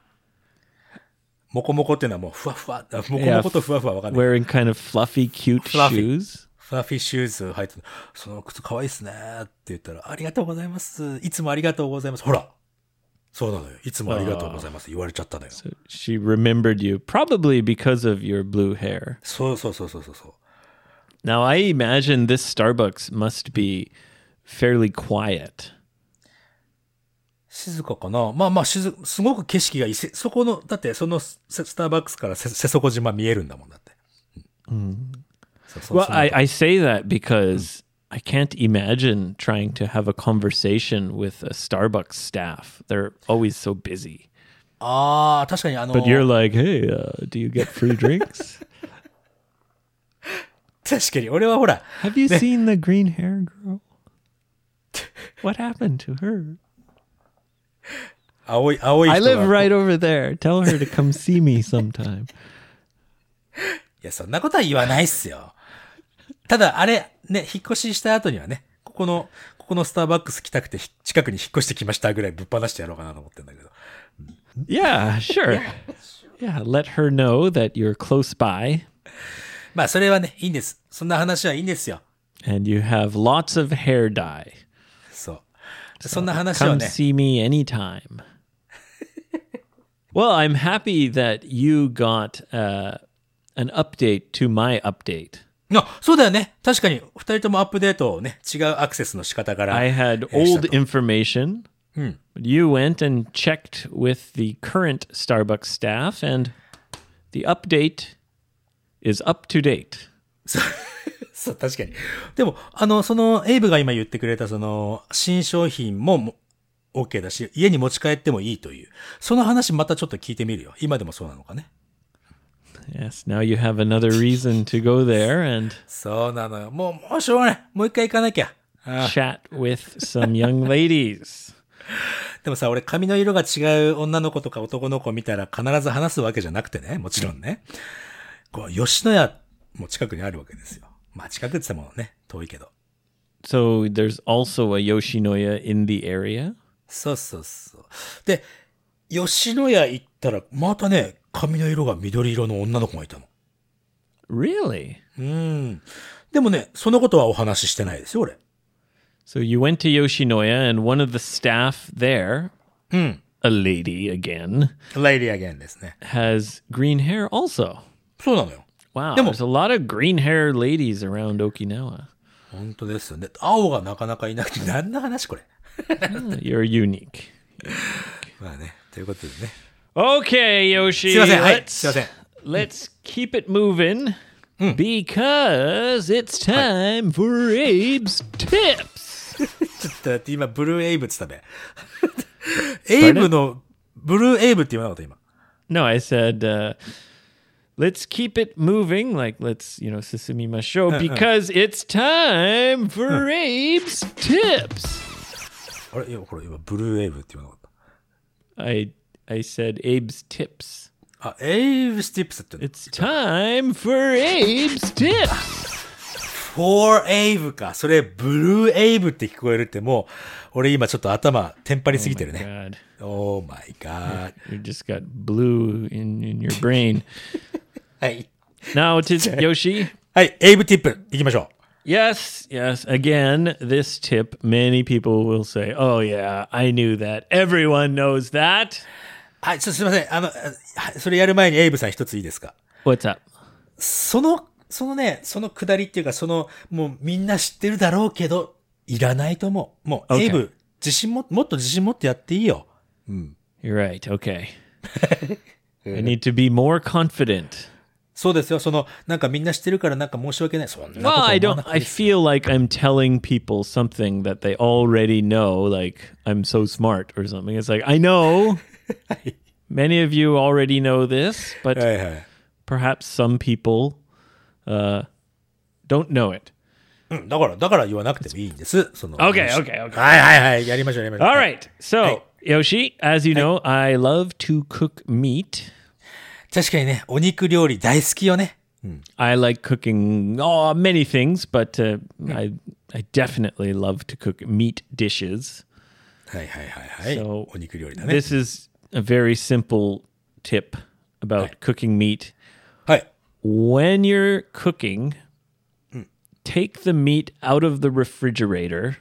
Speaker 1: モコモコっていうのはもうふわふわ、あモコモコとふわふわわかんない。
Speaker 2: Wearing kind of fluffy, cute
Speaker 1: Fluffy.
Speaker 2: shoes.
Speaker 1: フラフィーシューズ履いてるその靴可愛いっすねって言ったら、ありがとうございます。いつもありがとうございます。ほら。そうなのよ。いつもありがとうございます。言われちゃったのよ。
Speaker 2: So she remembered you probably because of your blue hair.
Speaker 1: そうそうそうそうそうそう。
Speaker 2: Now I imagine this Starbucks must be fairly quiet.
Speaker 1: 静かかなまあまあ、しず、すごく景色がいい。せそこの、だってそのススターバックスからせ瀬底島見えるんだもんだって。うん。そうそう
Speaker 2: Well,
Speaker 1: そう
Speaker 2: I, I say that because I can't imagine trying to have a conversation with a Starbucks staff. They're always so busy.
Speaker 1: ああ、確かにあの、
Speaker 2: But you're like, hey, uh, do you get free drinks?
Speaker 1: 確かに俺はほら、
Speaker 2: [LAUGHS] have you seen the green hair girl? What happened to her?
Speaker 1: 青い、青い人
Speaker 2: I
Speaker 1: が
Speaker 2: live right over there. Tell her to come see me [LAUGHS] sometime.
Speaker 1: いや、そんなことは言わないっすよ。ただ、あれ、ね、引っ越しした後にはね、ここの、ここのスターバックス来たくて、ひ近くに引っ越してきましたぐらいぶっ放してやろうかなと思ってんだけど。
Speaker 2: Yeah, sure. Yeah, let her know that you're close by
Speaker 1: まあ、それはね、いいんです。そんな話はいいんですよ。
Speaker 2: and you have lots of hair dye.
Speaker 1: そう。そんな話を
Speaker 2: Come
Speaker 1: ね、
Speaker 2: see me anytime. well, I'm happy that you got uh, an update to my update.
Speaker 1: あ、そうだよね。確かに、二人ともアップデートをね、違うアクセスの仕方から。
Speaker 2: I had
Speaker 1: えーした
Speaker 2: old
Speaker 1: と
Speaker 2: information. You went and checked with the current Starbucks staff, and the update is up to date.
Speaker 1: そう、確かに。でも、あの、その、エイブが今言ってくれた、その、新商品もも、OK だし、家に持ち帰ってもいいという。その話またちょっと聞いてみるよ。今でもそうなのかね。
Speaker 2: Yes, now you have another reason to go there and
Speaker 1: そうなのよ。もう、もうしょうがない。もう一回行かなきゃ。
Speaker 2: chat with some young ladies.
Speaker 1: でもさ、俺髪の色が違う女の子とか男の子見たら必ず話すわけじゃなくてね、もちろんね。こう、吉野家も近くにあるわけですよ。まあ近くって言ってもね、遠いけど。
Speaker 2: So there's also a Yoshinoya in the area.
Speaker 1: そうそうそう。で、吉野家行ったら、またね、髪の色が緑色の女の子がいたの。
Speaker 2: Really?
Speaker 1: うん。でもね、そのことはお話ししてないですよ、俺。
Speaker 2: So you went to Yoshinoya and one of the staff there, a lady again,
Speaker 1: レイリーアゲンですね。
Speaker 2: has green hair also.
Speaker 1: そうなのよ。
Speaker 2: Wow,
Speaker 1: でも-
Speaker 2: there's a lot of green hair ladies around Okinawa.
Speaker 1: 本当ですよね。青がなかなかいなくて、何の話これ。
Speaker 2: Huh, You're unique.
Speaker 1: まあね、ということでね。
Speaker 2: Okay, Yoshi.
Speaker 1: すいません、はい、
Speaker 2: let's-
Speaker 1: すいません。
Speaker 2: Let's keep it moving because it's time for Abe's tips.
Speaker 1: ちょっとだって今、ブルーエイブって言 [LAUGHS] ったね。エイブの、ブルーエイブって言わなかった、今。
Speaker 2: No, I said, uh, let's keep it moving. Like, let's, you know, Susumima show because it's time for Abe's tips.
Speaker 1: あれいや、これ今、ブルーエイブって言わなかっ
Speaker 2: I I said Abe's tips.
Speaker 1: あ、エイブスティップスって言うの
Speaker 2: It's time for Abe's tips.
Speaker 1: For Ave か。それ、ブルーエイブって聞こえるってもう、俺今ちょっと頭、テンパりすぎてるね。
Speaker 2: God,
Speaker 1: Oh my god.
Speaker 2: you just got blue in, in your brain.
Speaker 1: はい。
Speaker 2: now it is Yoshi.
Speaker 1: はい、エイブティップ、行きましょう。
Speaker 2: Yes, yes. Again, this tip, many people will say, oh, yeah, I knew that. Everyone knows that.
Speaker 1: はい、ちょっとすいません。あの、あそれやる前にエイブさん一ついいですか
Speaker 2: What's up?
Speaker 1: その、そのね、そのくだりっていうか、その、もうみんな知ってるだろうけど、いらないと思う。もう、
Speaker 2: Okay.
Speaker 1: エイブ、自信も、もっと自信持ってやっていいよ。
Speaker 2: You're right. Okay. I need to be more confident.
Speaker 1: そうですよ。その、なんかみんな知ってるからなんか申し訳ない。そんなこと思
Speaker 2: Well,
Speaker 1: わなくていい
Speaker 2: I don't.
Speaker 1: です
Speaker 2: I feel like I'm telling people something that they already know, like I'm so smart or something. It's like I know many of you already know this, but
Speaker 1: はいはい。
Speaker 2: perhaps some people uh, don't know it.
Speaker 1: うん、だから、だから言わなくてもいいんです。その。は
Speaker 2: Okay, okay, okay.
Speaker 1: いはいはい。やりましょう、やりましょう。
Speaker 2: All right. So Yoshi, as you know, I love to cook meat.
Speaker 1: 確かにね、お肉料理大好きよね。
Speaker 2: I like cooking oh, many things, but uh, I I definitely love to cook meat dishes.
Speaker 1: はいはいはいはい。
Speaker 2: So,
Speaker 1: お肉料理だね。
Speaker 2: This is a very simple tip about cooking meat.
Speaker 1: はい。
Speaker 2: When you're cooking, Hmm. take the meat out of the refrigerator.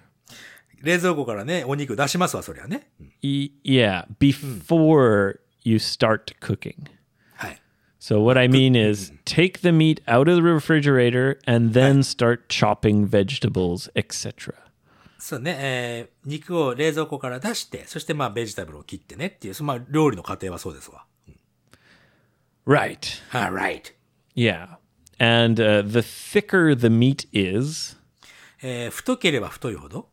Speaker 1: 冷蔵庫からね、お肉出しますわ、そりゃね。
Speaker 2: Y- yeah, before you start cooking.
Speaker 1: はい。
Speaker 2: So what I mean is take the meat out of the refrigerator and then start chopping vegetables, etc.
Speaker 1: そうね、えー、肉を冷蔵庫から出して、そしてまあベジタブルを切ってねっていう、そのまあ料理の過程はそうですわ。
Speaker 2: Right.
Speaker 1: はい、right.
Speaker 2: Yeah. And uh, the thicker the meat is,
Speaker 1: えー、太ければ太いほど、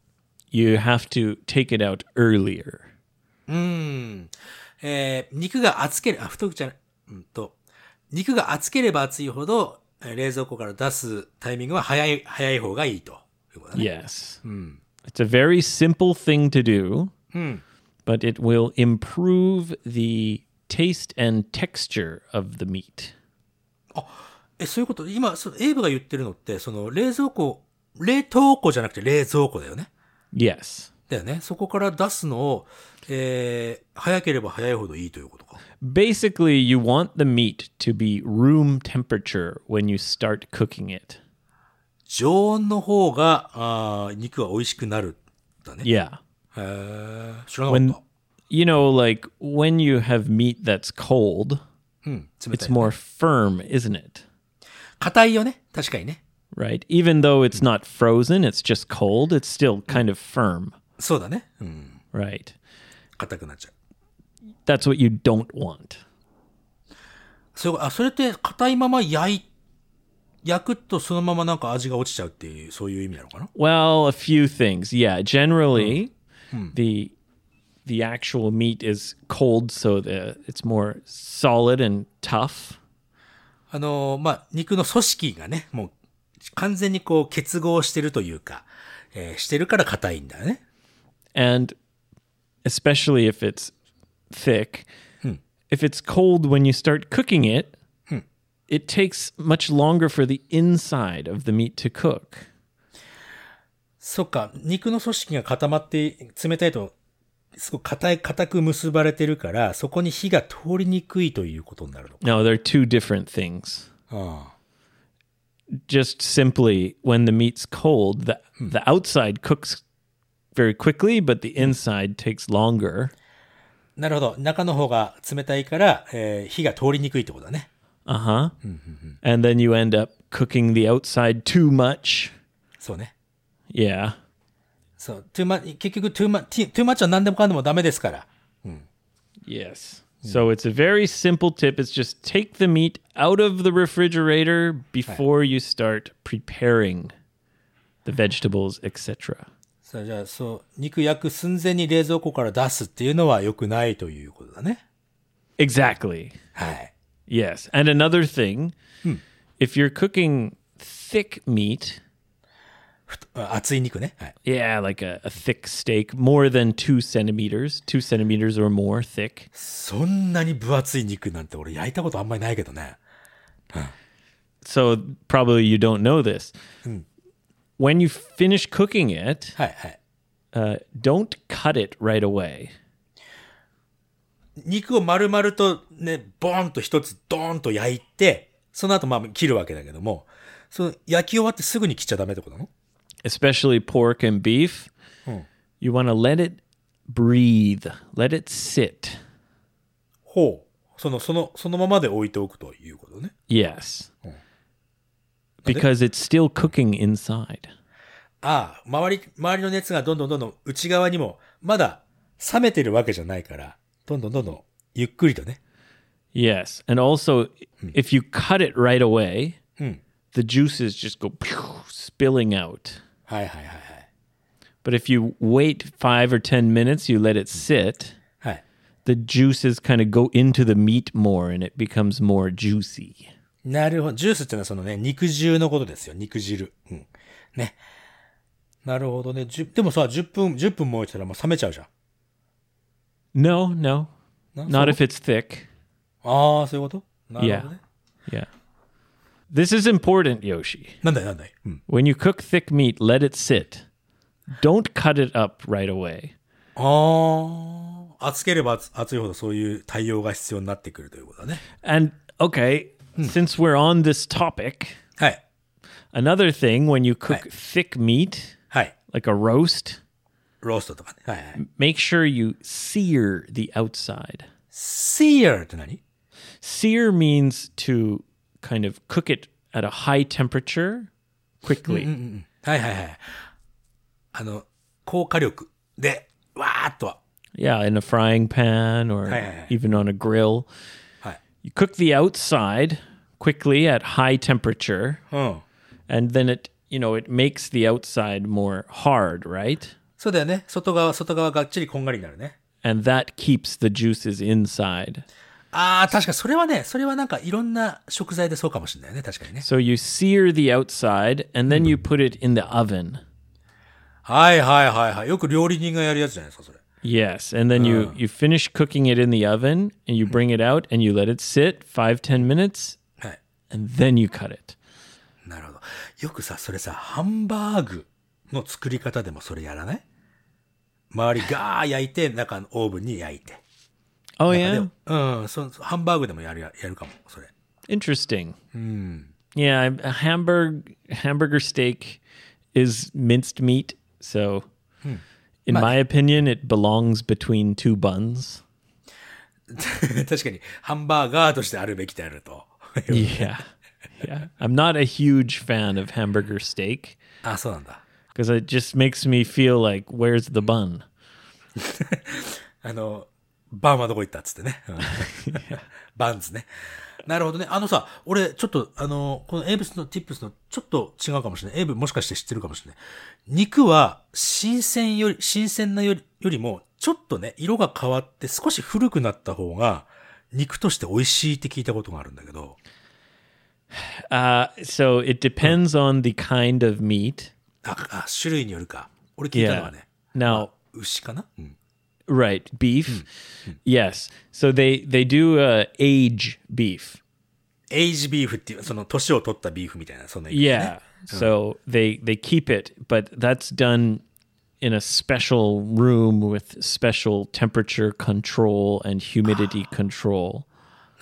Speaker 2: you have to take it out earlier.
Speaker 1: えー、肉が厚ければ、あ、太くじゃない、うんと、肉が厚ければ厚いほど、えー冷蔵庫から出すタイミングは早い、早い方がいいと。いうことだね
Speaker 2: Yes. It's a very simple thing to do, but it will improve the taste and texture of the meat.
Speaker 1: え、そういうこと今、そのエイブが言ってるのって、その冷蔵庫、冷凍庫じゃなくて冷蔵庫だよね。
Speaker 2: Yes.
Speaker 1: だよね。そこから出すのを、えー、早ければ早いほどいいということか。
Speaker 2: Basically, you want the meat to be room temperature when you start cooking it.
Speaker 1: 常温の方が、あー肉は美味しくなる。だね。
Speaker 2: Yeah.
Speaker 1: へー知らな
Speaker 2: When
Speaker 1: かっ
Speaker 2: you know like when you have meat that's cold,
Speaker 1: た。冷
Speaker 2: it's
Speaker 1: たい。
Speaker 2: more firm, isn't it?
Speaker 1: 硬いよね。確かにね。
Speaker 2: right? Even though it's not frozen, it's just cold, it's still kind of firm,
Speaker 1: そうだね。うん。
Speaker 2: right?
Speaker 1: 硬くなっちゃう。
Speaker 2: That's what you don't want.
Speaker 1: そうあ、それって硬いまま焼い、焼くとそのままなんか味が落ちちゃうっていう、そういう意味なのかな
Speaker 2: Well, a few things. Yeah, generally the the actual meat is cold so the it's more solid and tough.
Speaker 1: あのーまあ、肉の組織がね、もう完全にこう結合してるというか、えーしてるから硬いんだよね。
Speaker 2: And especially if it's thick, if it's cold when you start cooking it, it takes much longer for the inside of the meat to cook.
Speaker 1: そっか、肉の組織が固まって、冷たいと、すごく硬い、硬く結ばれてるから、そこに火が通りにくいということになるのか。
Speaker 2: No, they're two different things.
Speaker 1: Ah.
Speaker 2: Just simply, when the meat's cold, the, the outside cooks very quickly, but the inside takes longer.
Speaker 1: なるほど。中の方が冷たいから、えー火が通りにくいってことだね。
Speaker 2: Uh huh. And then you end up cooking the outside too much.
Speaker 1: そうね。
Speaker 2: Yeah.
Speaker 1: そう。too much, 結局 too much, too too much は何でもかんでもダメですから。
Speaker 2: Yes. So it's a very simple tip. It's just take the meat out of the refrigerator before you start preparing the vegetables, etc.
Speaker 1: さあ、じゃあ、そう、肉焼く寸前に冷蔵庫から出すっていうのは良くないということだね。
Speaker 2: Exactly. Hmm.
Speaker 1: はい。
Speaker 2: Yes. And another thing, if you're cooking thick meat,
Speaker 1: ふとあ厚い肉ね。はい。
Speaker 2: Yeah, like a, a thick steak, more than two centimeters, two centimeters or more thick.
Speaker 1: そんなに分厚い肉なんて俺焼いたことあんまりないけどね。
Speaker 2: So probably you don't know this. When you finish cooking it,
Speaker 1: はいはい。
Speaker 2: uh, don't cut it right away.
Speaker 1: 肉を丸々とね、ボーンと一つドーンと焼いて、その後まあ切るわけだけども、その焼き終わってすぐに切っちゃダメってことなの
Speaker 2: especially pork and beef, you want to let it breathe, let it sit.
Speaker 1: ほう。その、その、そのままで置いておくということね。
Speaker 2: Yes. Because it's still cooking inside.
Speaker 1: ああ、周り、周りの熱がどんどんどんどん内側にも、まだ冷めてるわけじゃないから、どんどんどんどんゆっくりとね。
Speaker 2: Yes. And also, if you cut it right away, the juices just go pew, spilling out.
Speaker 1: はいはいはいはい。
Speaker 2: But if you wait five or 10 minutes, you let it sit,
Speaker 1: はい。
Speaker 2: the juices kind of go into the meat more and it becomes more juicy.
Speaker 1: なるほど。ジュースってのはそのね、肉汁のことですよ。肉汁。うん。ね。なるほどね。じゅでもさ、10分、10分も置いてたらもう冷めちゃうじゃん。
Speaker 2: No, no. Not if it's thick.
Speaker 1: ああ、そういうことなるほどね。
Speaker 2: Yeah. This is important, Yoshi.
Speaker 1: なんだいなんだい。うん。
Speaker 2: When you cook thick meat, let it sit. Don't cut it up right away.
Speaker 1: ああ。熱ければ熱熱いほどそういう対応が必要になってくるということだね。
Speaker 2: And okay, since we're on this topic,
Speaker 1: はい。
Speaker 2: another thing when you cook thick meat,
Speaker 1: はい。
Speaker 2: like a roast,
Speaker 1: ローストとかね。はいはい。
Speaker 2: make sure you sear the outside.
Speaker 1: sear って何
Speaker 2: Sear means to kind of cook it at a high temperature quickly.
Speaker 1: はいはいはい。あの、高火力で、わーっとは。
Speaker 2: Yeah, in a frying pan or
Speaker 1: Hey, hey, hey.
Speaker 2: even on a grill.
Speaker 1: Hey.
Speaker 2: You cook the outside quickly at high temperature,
Speaker 1: うん。
Speaker 2: and then it you know it makes the outside more hard, right?
Speaker 1: そうだよね。外側、外側がっちりこんがりになるね。
Speaker 2: And that keeps the juices inside.
Speaker 1: あー、確かそれはね、それはなんかいろんな食材でそうかもしれないね。確かにね。
Speaker 2: So you sear the outside, and then you put it in the oven.
Speaker 1: はいはいはいはい。よく料理人がやるやつじゃないですか、それ。
Speaker 2: Yes, and then you you finish cooking it in the oven, and you bring it out, and you let it sit five ten minutes,
Speaker 1: はい。
Speaker 2: and then you cut it.
Speaker 1: なるほど。よくさ、それさ、ハンバーグの作り方でもそれやらない周りガー焼いて、中のオーブンに焼いて。
Speaker 2: Oh
Speaker 1: で
Speaker 2: yeah,
Speaker 1: うん、そハンバーグでもやるややるかも、それ。
Speaker 2: Interesting. Yeah, I'm- a hamburg hamburger steak is minced meat, so in my opinion, it belongs between two buns.
Speaker 1: [LAUGHS] 確かに、ハンバーガーとしてあるべきであると。
Speaker 2: [LAUGHS] Yeah, yeah. I'm not a huge fan of hamburger steak
Speaker 1: [LAUGHS] あ、そうなんだ。
Speaker 2: because it just makes me feel like, where's the bun?
Speaker 1: あの、バンはどこ行ったっつってね。うんバンズね。なるほどね。あのさ、俺、ちょっと、あの、このエイブスのティップスのちょっと違うかもしれない。エイブもしかして知ってるかもしれない。肉は、新鮮より、新鮮なよりよりも、ちょっとね、色が変わって少し古くなった方が、肉として美味しいって聞いたことがあるんだけど。
Speaker 2: Uh, so it depends on the kind of meat.
Speaker 1: あ、あ種類によるか。俺聞いたの
Speaker 2: Yeah.
Speaker 1: はね、
Speaker 2: Now,
Speaker 1: 牛かなうん。
Speaker 2: right, beef. Yes. So they they do uh, age beef.
Speaker 1: エイジビーフっていう、その年を取ったビーフみたいな、そんな意味だよね
Speaker 2: Yeah. So they they keep it, but that's done in a special room with special temperature control and [GASPS] humidity control.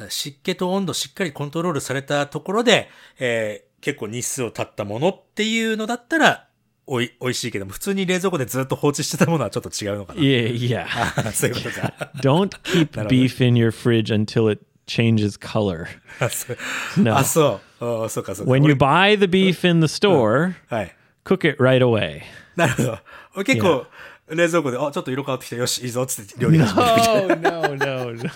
Speaker 1: 湿気と温度しっかりコントロールされたところで、えー結構日数を経ったものっていうのだったら、おい、美味しいけども、普通に冷蔵庫でずっと放置してたものはちょっと違うのか
Speaker 2: Yeah, yeah.
Speaker 1: な。 [LAUGHS] そういうことか。
Speaker 2: [LAUGHS] Don't keep beef in your fridge until it changes color.
Speaker 1: あ、そう。
Speaker 2: No.
Speaker 1: あ、そう。おーそうか、そうか。
Speaker 2: When
Speaker 1: 俺
Speaker 2: you buy the beef in the store,
Speaker 1: はい。
Speaker 2: cook it right away.
Speaker 1: なるほど。俺結構、冷蔵庫で、あ、ちょっと色変わってきた。よし、いいぞ。つって料理が始まる。
Speaker 2: Oh [LAUGHS] no, no, no.
Speaker 1: [LAUGHS]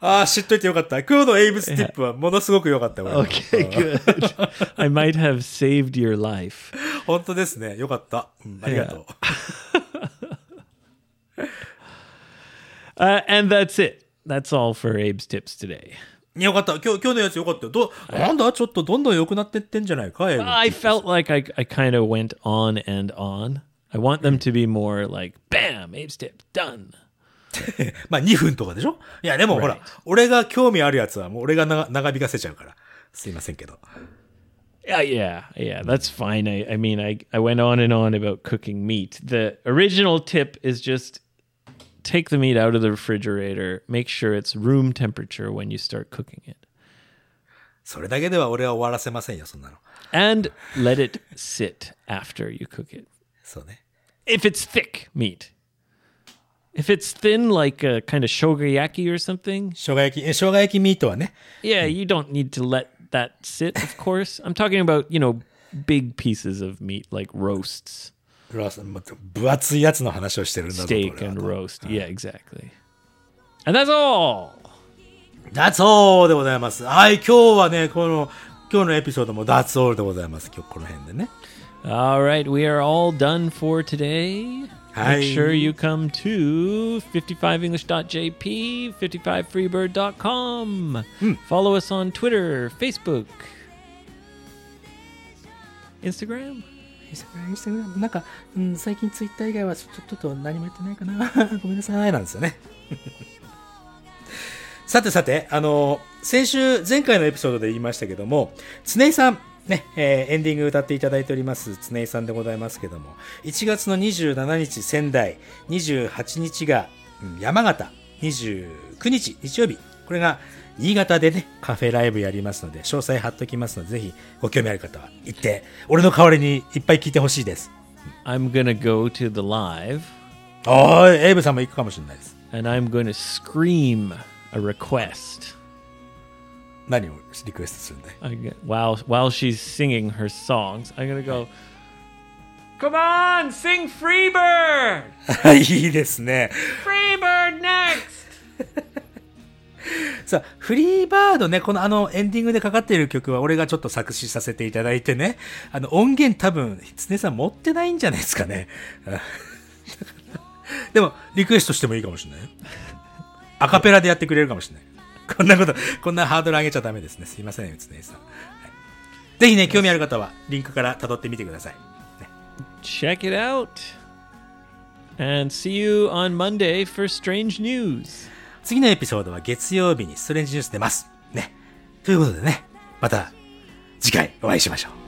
Speaker 1: ああ、知っといてよかった。今日のエイブスティップはものすごくよかった。俺
Speaker 2: Okay, good. I might have saved your life.
Speaker 1: 本当ですね。よかった。うんありがとう。
Speaker 2: Uh, and that's it. That's all for Abe's tips today.
Speaker 1: いやよかった。今日、今日のやつよかったよ。ど、なんだちょっとどんどん良くなってってんじゃないか、英語
Speaker 2: I felt like I, I kind of went on and on. I want them to be more like, bam, Abe's tip, done.
Speaker 1: まあ2分とかでしょいや、でもほら、俺が興味あるやつはもう俺が長長引かせちゃうから。すいませんけど。
Speaker 2: Yeah, yeah, yeah, that's fine. I, I mean, I, I went on and on about cooking meat. The original tip is just take the meat out of the refrigerator, make sure it's room temperature when you start cooking it,
Speaker 1: それだけでは俺は終わらせませんよ、そんなの。
Speaker 2: and let it sit after you cook it.
Speaker 1: そうね。
Speaker 2: If it's thick meat, if it's thin, like a kind of shogoyaki or something,
Speaker 1: 生姜焼き、え生姜焼きミートはね。
Speaker 2: Yeah, you don't need to let that sit, of course. I'm talking about, you know, big pieces of meat like roasts,
Speaker 1: ロースもっと分厚いやつの話をしてるんだぞと俺は
Speaker 2: steak and roast. Yeah, exactly. And that's all.
Speaker 1: That's all でございます。はい、今日はね、この、今日のエピソードも That's all でございます。今日この辺でね。
Speaker 2: All right, we are all done for today.
Speaker 1: Hi.
Speaker 2: Make sure you come to 55english.jp, 55freebird.com. Follow us on Twitter, Facebook, Instagram.
Speaker 1: インスタグラムインスタグラムなんか、うん、最近ツイッター以外はちょちょっと何もやってないか [LAUGHS] なごめんなさいなんですよねさてさてあの先週前回のエピソードで言いましたけども常井さんね、えーエンディング歌っていただいております常井さんでございますけども1月の27日仙台28日がうん山形29日日曜日これが新潟でねカフェライブやりますので詳細貼っときますのでぜひご興味ある方は行って俺の代わりにいっぱい聞いてほしいです
Speaker 2: I'm going to go to the live.
Speaker 1: おーいエイブさんも行くかもしれないです
Speaker 2: and I'm going to scream a request
Speaker 1: 何をリクエストするんだい
Speaker 2: I g- while while she's singing her songs. I'm going to go, "Come on, sing Freebird,
Speaker 1: はい [LAUGHS] いいですね
Speaker 2: Freebird next."
Speaker 1: [LAUGHS] さあフリーバードねこのあのエンディングでかかっている曲は俺がちょっと作詞させていただいてねあの音源多分常さん持ってないんじゃないですかね [LAUGHS] うんだからでもリクエストしてもいいかもしれないよアカペラでやってくれるかもしれないこんなことこんなハードル上げちゃダメですねすいません常さん、はいぜひね興味ある方はリンクから辿ってみてください
Speaker 2: Check it out, and see you on Monday for strange news.
Speaker 1: 次のエピソードは月曜日にストレンジニュース出ます。ね。ということでね、また次回お会いしましょう。